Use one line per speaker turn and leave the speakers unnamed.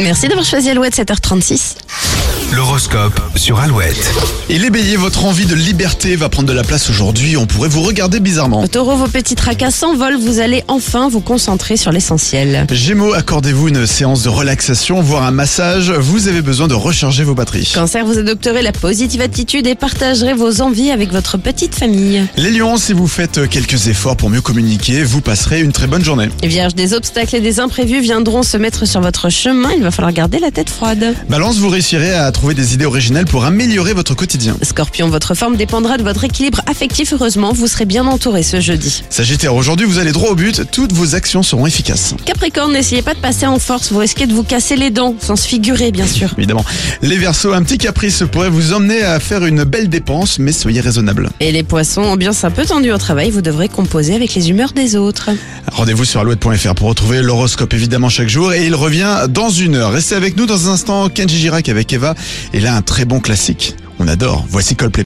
Merci d'avoir choisi Alouette 7h36.
L'horoscope sur Alouette.
Et les béliers, votre envie de liberté va prendre de la place aujourd'hui. On pourrait vous regarder bizarrement.
Taureau, vos petits tracas s'envolent, vous allez enfin vous concentrer sur l'essentiel.
Gémeaux, accordez-vous une séance de relaxation, voire un massage. Vous avez besoin de recharger vos batteries.
Cancer, vous adopterez la positive attitude et partagerez vos envies avec votre petite famille.
Les lions, si vous faites quelques efforts pour mieux communiquer, vous passerez une très bonne journée.
Vierge, des obstacles et des imprévus viendront se mettre sur votre chemin, il va falloir garder la tête froide.
Balance, vous réussirez à trouver des idées originelles pour améliorer votre quotidien.
Scorpion, votre forme dépendra de votre équilibre affectif, heureusement, vous serez bien entouré ce jeudi.
Sagittaire, aujourd'hui vous allez droit au but, toutes vos actions seront efficaces.
Capricorne, n'essayez pas de passer en force, vous risquez de vous casser les dents, sans se figurer bien sûr.
Évidemment. Les Verseaux, un petit caprice pourrait vous emmener à faire une belle dépense, mais soyez raisonnable.
Et les poissons, ambiance un peu tendue au travail, vous devrez composer avec les humeurs des autres.
Rendez-vous sur alouette.fr pour retrouver l'horoscope évidemment chaque jour et il revient dans une heure. Restez avec nous dans un instant, Kenji Girac avec Eva et là un très bon classique. On adore. Voici Coldplay.